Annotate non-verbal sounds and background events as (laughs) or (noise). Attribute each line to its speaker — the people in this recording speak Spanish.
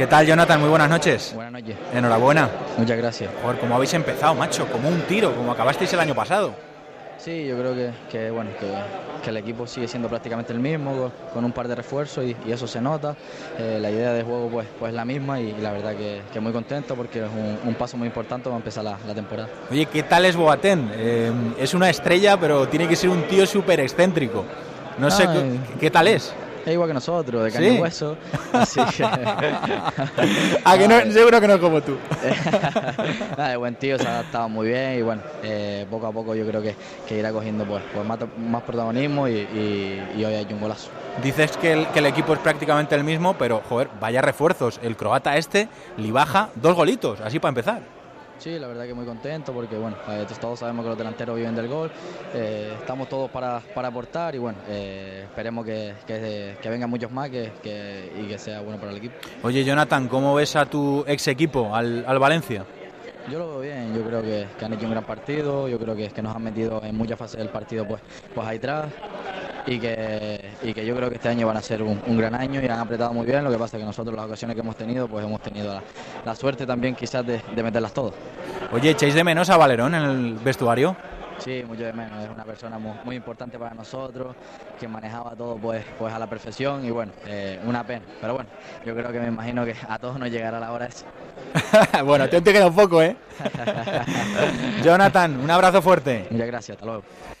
Speaker 1: ¿Qué tal, Jonathan? Muy buenas noches.
Speaker 2: Buenas noches.
Speaker 1: Enhorabuena.
Speaker 2: Muchas gracias.
Speaker 1: Joder, ¿cómo habéis empezado, macho? Como un tiro, como acabasteis el año pasado.
Speaker 2: Sí, yo creo que, que, bueno, que, que el equipo sigue siendo prácticamente el mismo, con, con un par de refuerzos y, y eso se nota. Eh, la idea de juego pues, pues es la misma y, la verdad que, que muy contento porque es un, un paso muy importante para empezar la, la temporada.
Speaker 1: Oye, ¿qué tal es Boateng? Eh, es una estrella, pero tiene que ser un tío súper excéntrico. No sé,
Speaker 2: Ah,
Speaker 1: qué-
Speaker 2: eh.
Speaker 1: ¿qué tal es?
Speaker 2: Es igual que nosotros, de carne
Speaker 1: ¿Sí?
Speaker 2: y hueso. Así que. (laughs)
Speaker 1: A Ah, que no,
Speaker 2: Nada,
Speaker 1: seguro que no es como tú.
Speaker 2: Nada, el buen tío, se ha adaptado muy bien y bueno, eh, poco a poco yo creo que, que irá cogiendo pues, pues más, más protagonismo y, y- y hoy hay un golazo.
Speaker 1: Dices que el, que el equipo es prácticamente el mismo, pero joder, vaya refuerzos. El croata este, Libaja, dos golitos, así para empezar.
Speaker 2: Sí, la verdad que muy contento porque bueno, eh, todos sabemos que los delanteros viven del gol, eh, estamos todos para, para aportar y bueno, eh, esperemos que, que- que vengan muchos más que, que- y que sea bueno para el equipo.
Speaker 1: Oye, Jonathan, ¿cómo ves a tu ex equipo, al, al Valencia?
Speaker 2: Yo lo veo bien, yo creo que, que han hecho un gran partido, yo creo que, que nos han metido en muchas fases del partido pues, pues ahí atrás y que, y que yo creo que este año van a ser un, un gran año y han apretado muy bien, lo que pasa es que nosotros las ocasiones que hemos tenido pues hemos tenido la, la suerte también quizás de- de meterlas todas.
Speaker 1: Oye, ¿echáis de menos a Valerón en el vestuario?
Speaker 2: Sí, mucho de menos. Es una persona mu- muy, importante para nosotros, que manejaba todo pues, pues a la perfección y bueno, eh, una pena. Pero bueno, yo creo que me imagino que a todos nos llegará la hora
Speaker 1: (laughs)
Speaker 2: esa.
Speaker 1: bueno, te te queda un poco, ¿eh? Jonathan, un abrazo fuerte.
Speaker 2: Muchas gracias, hasta luego.